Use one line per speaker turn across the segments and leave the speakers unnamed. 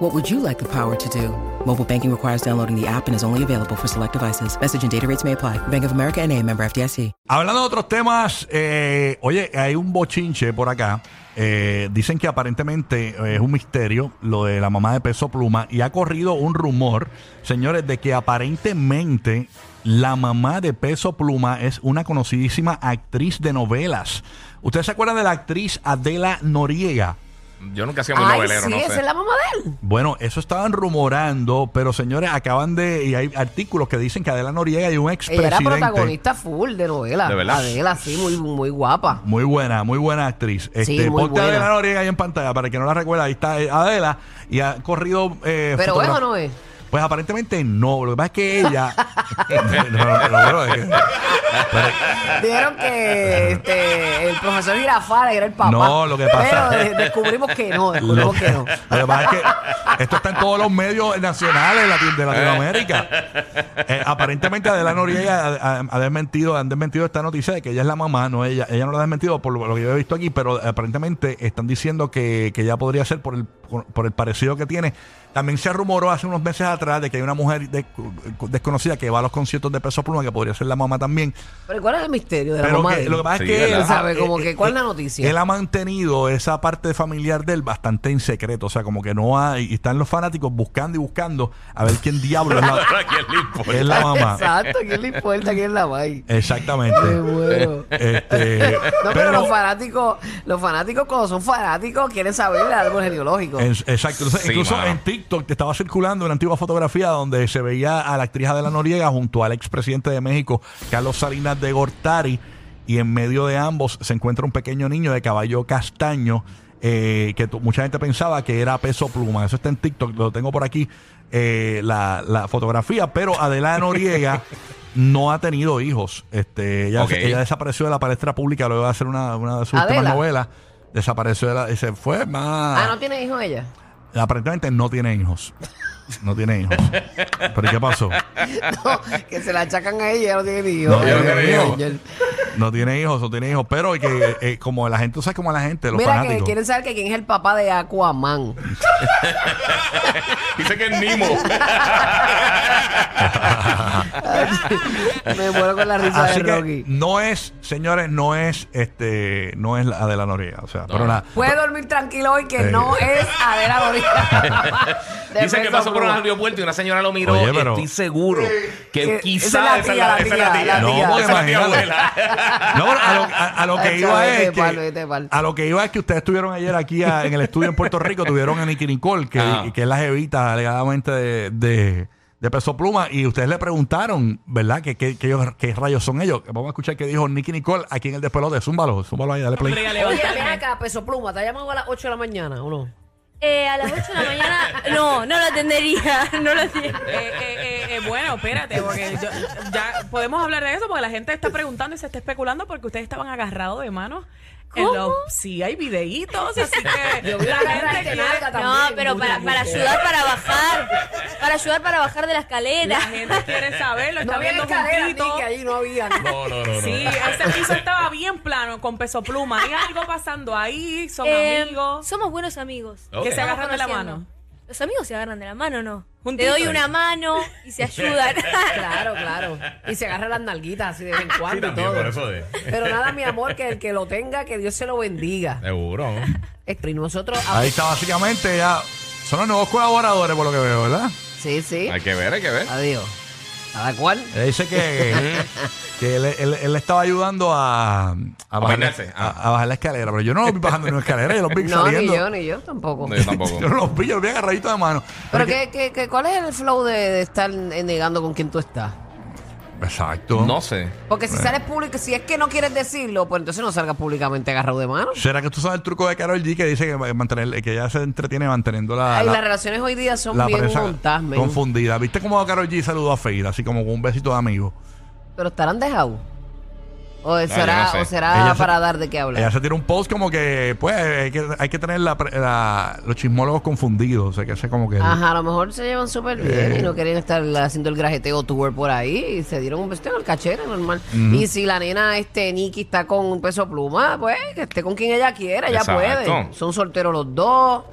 What would you like the power to do? Mobile banking requires downloading the app and is only available for select devices. Message and data rates may apply. Bank of America and a member FDIC.
Hablando de otros temas, eh, oye, hay un bochinche por acá. Eh, dicen que aparentemente eh, es un misterio lo de la mamá de Peso Pluma y ha corrido un rumor, señores, de que aparentemente la mamá de Peso Pluma es una conocidísima actriz de novelas. ¿Ustedes se acuerdan de la actriz Adela Noriega?
Yo nunca he sido muy
Ay,
novelero,
sí,
no
esa
sé.
es la mamá de él.
Bueno, eso estaban rumorando, pero señores, acaban de... Y hay artículos que dicen que Adela Noriega y un
Ella era
expresidente...
protagonista full de novela.
De verdad.
Adela, sí, muy, muy guapa.
Muy buena, muy buena actriz. Este,
muy
ponte
buena.
Adela Noriega ahí en pantalla, para el que no la recuerda, ahí está eh, Adela y ha corrido... eh, fotogra-
Pero bueno, no es.
Pues aparentemente no, lo que pasa es que ella... No, no, no, no, es que-
Dijeron que este, el profesor Girafara era el papá.
No, lo que pasa-
Pero de- descubrimos que no,
lo,
descubrimos que no.
lo que pasa es que esto está en todos los medios nacionales de Lati- de Latinoamérica. Eh, aparentemente Adela Noriega ha, ha- ha desmentido, han desmentido esta noticia de que ella es la mamá, no ella, ella no la ha desmentido por lo, lo que yo he visto aquí, pero aparentemente están diciendo que, que ella podría ser por el, por el parecido que tiene. También se rumoró hace unos meses atrás de que hay una mujer de- desconocida que va a los conciertos de Peso Pluma que podría ser la mamá también.
Pero ¿cuál es el misterio de la
Pero
mamá
que-
de él?
lo que pasa
Sí,
es que
¿verdad?
él,
¿Sabe?
ah,
Como
eh,
que, ¿cuál
eh,
es la noticia?
Él ha mantenido esa parte familiar de él bastante en secreto, o sea, como que no hay y están los fanáticos buscando y buscando a ver quién diablo es la,
¿A quién le importa?
es la mamá.
Exacto, ¿a ¿quién le importa quién es la mamá? Qué
Exactamente.
bueno.
Este,
No, pero,
pero-
los fanáticos, los fanáticos cuando son fanáticos quieren saber el árbol genealógico.
en- exacto. Entonces,
Sí,
incluso
mano.
en TikTok te estaba circulando una antigua fotografía donde se veía a la actriz Adela Noriega junto al expresidente de México, Carlos Salinas de Gortari, y en medio de ambos se encuentra un pequeño niño de caballo castaño eh, que tu- mucha gente pensaba que era peso pluma. Eso está en TikTok, lo tengo por aquí, eh, la, la fotografía, pero Adela Noriega. No ha tenido hijos. Este, ella,
Ok.
ella desapareció de la palestra pública luego de hacer una, una de sus últimas
Adela.
novelas. Desapareció de la, y se fue más.
Ah, ¿no tiene hijo ella?
Aparentemente no tiene hijos. No tiene hijos. ¿Pero ¿y qué pasó?
No, que se la achacan a ella, ella no tiene ni hijo.
No,
ella no tiene hijo.
Señor.
No tiene hijos, no tiene hijos. Pero es que eh, como la gente, tú sabes como la gente, los
Mira que
fanáticos.
quieren saber que quién es el papá de Aquaman.
Dice que es Nimo.
Me muero con la risa
Así
de
que
Rocky.
no es, señores, no es este, no es la de la Noriega. O sea, pero nada.
Puede dormir tranquilo hoy que
Eh.
no es Adela Noriega. De
Dice que
peso
pasó por un
pluma.
aeropuerto y una señora lo miró.
Oye, pero-
Estoy seguro
Que-
que
esa
quizá
es
esa
la
es la
tía,
esa es la
la
tía.
No,
tía.
porque
Esa es la tía
imagínate.
abuela.
No, pero a lo, a- a lo que
Ay,
iba
chaval,
es
vete pa'l,
que,
vete pa'l.
a lo que iba es que ustedes estuvieron ayer aquí a- en el estudio en Puerto Rico, tuvieron a Nicky Nicole, que,
Ah.
que es la jevita alegadamente de, de- de Peso Pluma, y ustedes le preguntaron, ¿verdad? ¿Qué, qué, qué ellos- qué rayos son ellos? Vamos a escuchar qué dijo Nicky Nicole aquí en el despelote. Zúmbalo, zúmbalo ahí, dale play.
Oye, ven acá, peso pluma. ¿Te ha llamado a las 8 de la mañana o no?
Eh, a las 8 de la mañana, no, no lo atendería, no lo atendería.
Eh, eh, eh, eh, bueno, espérate, porque yo- ya podemos hablar de eso porque la gente está preguntando y se está especulando porque ustedes estaban agarrados de manos. en
¿Cómo?
los- sí, hay videitos, así que la
agarrarte
gente, quiere,
nalga
No,
también,
pero
muy
para, para
bien.
ayudar para bajar, para ayudar para bajar de la escalera.
la gente quiere saber,
No
lo está
había
viendo
escalera, ni
juntito.
que ahí no había.
No, no, no. no.
Sí, ese piso estaba bien plano con peso pluma. Hay algo pasando ahí, son
Eh,
amigos.
Somos buenos amigos.
Ok.
Que se
Estamos
agarran de la
conociendo.
mano.
Los amigos se agarran de la mano, ¿no?
Juntitos.
Te doy una mano y se ayudan.
Claro, claro. Y se agarra las nalguitas así de vez en cuando.
Sí,
y
también,
todo.
por eso de.
Pero nada, mi amor, que el que lo tenga, que Dios se lo bendiga.
Seguro.
Y nosotros.
Ahí está, básicamente ya. Son los nuevos colaboradores, por lo que veo, ¿verdad?
Sí, sí. Ah,
Hay que ver, hay que ver.
Adiós. Cada cual.
Él dice que, que él, él- él le estaba ayudando a, a, bajar, la-
peinarse,
a-
ah.
a bajar la escalera, pero yo no lo vi bajando en una escalera, yo lo vi
No, ni
saliendo.
yo, ni yo tampoco.
No, yo
Yo no
tampoco.
los vi, yo los vi agarradito de mano.
Pero
Porque-
que, que, que- ¿cuál es el flow de, de estar eh, negando con quién tú estás?
Exacto.
No sé.
Porque si sales público, si es que no quieres decirlo, pues entonces no salgas públicamente agarrado de mano.
¿Será que tú sabes el truco de Carol G que dice que, va a mantener, que ella se entretiene manteniendo la,
Ay,
Ah, la-
las relaciones hoy día son
la
bien
prensa
montadas, men.
confundida? ¿Viste cómo Carol G saludó a Feid? Así como con un besito de amigo.
Pero estarán dejados. ¿O
Ah,
será,
no sé.
o será
Ella se-
para dar de qué hablar?
Ella se tiró un post como que, pues, hay que, hay que tener la pre- la- los chismólogos confundidos. O sea, que hace como que.
Ajá, a lo mejor se llevan súper bien
Eh.
y no querían estar haciendo el grajeteo tour por ahí y se dieron un vestido al cachete normal. Y si la nena, este, Nikki está con un peso pluma, pues que esté con quien ella quiera, ella
Exacto.
puede. Son solteros los dos.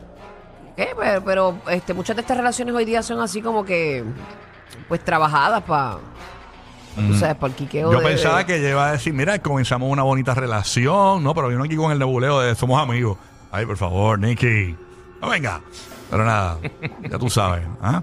¿Qué? Pero, pero, este, muchas de estas relaciones hoy día son así como que, pues trabajadas para, tú sabes, para el quiqueo.
Yo
de- de-
pensaba que ella iba a decir, mira, comenzamos una bonita relación, ¿no? Pero vino aquí con el nebuleo de somos amigos. Ay, por favor, Nicky. No venga. Pero nada, ya tú sabes. ¿ah?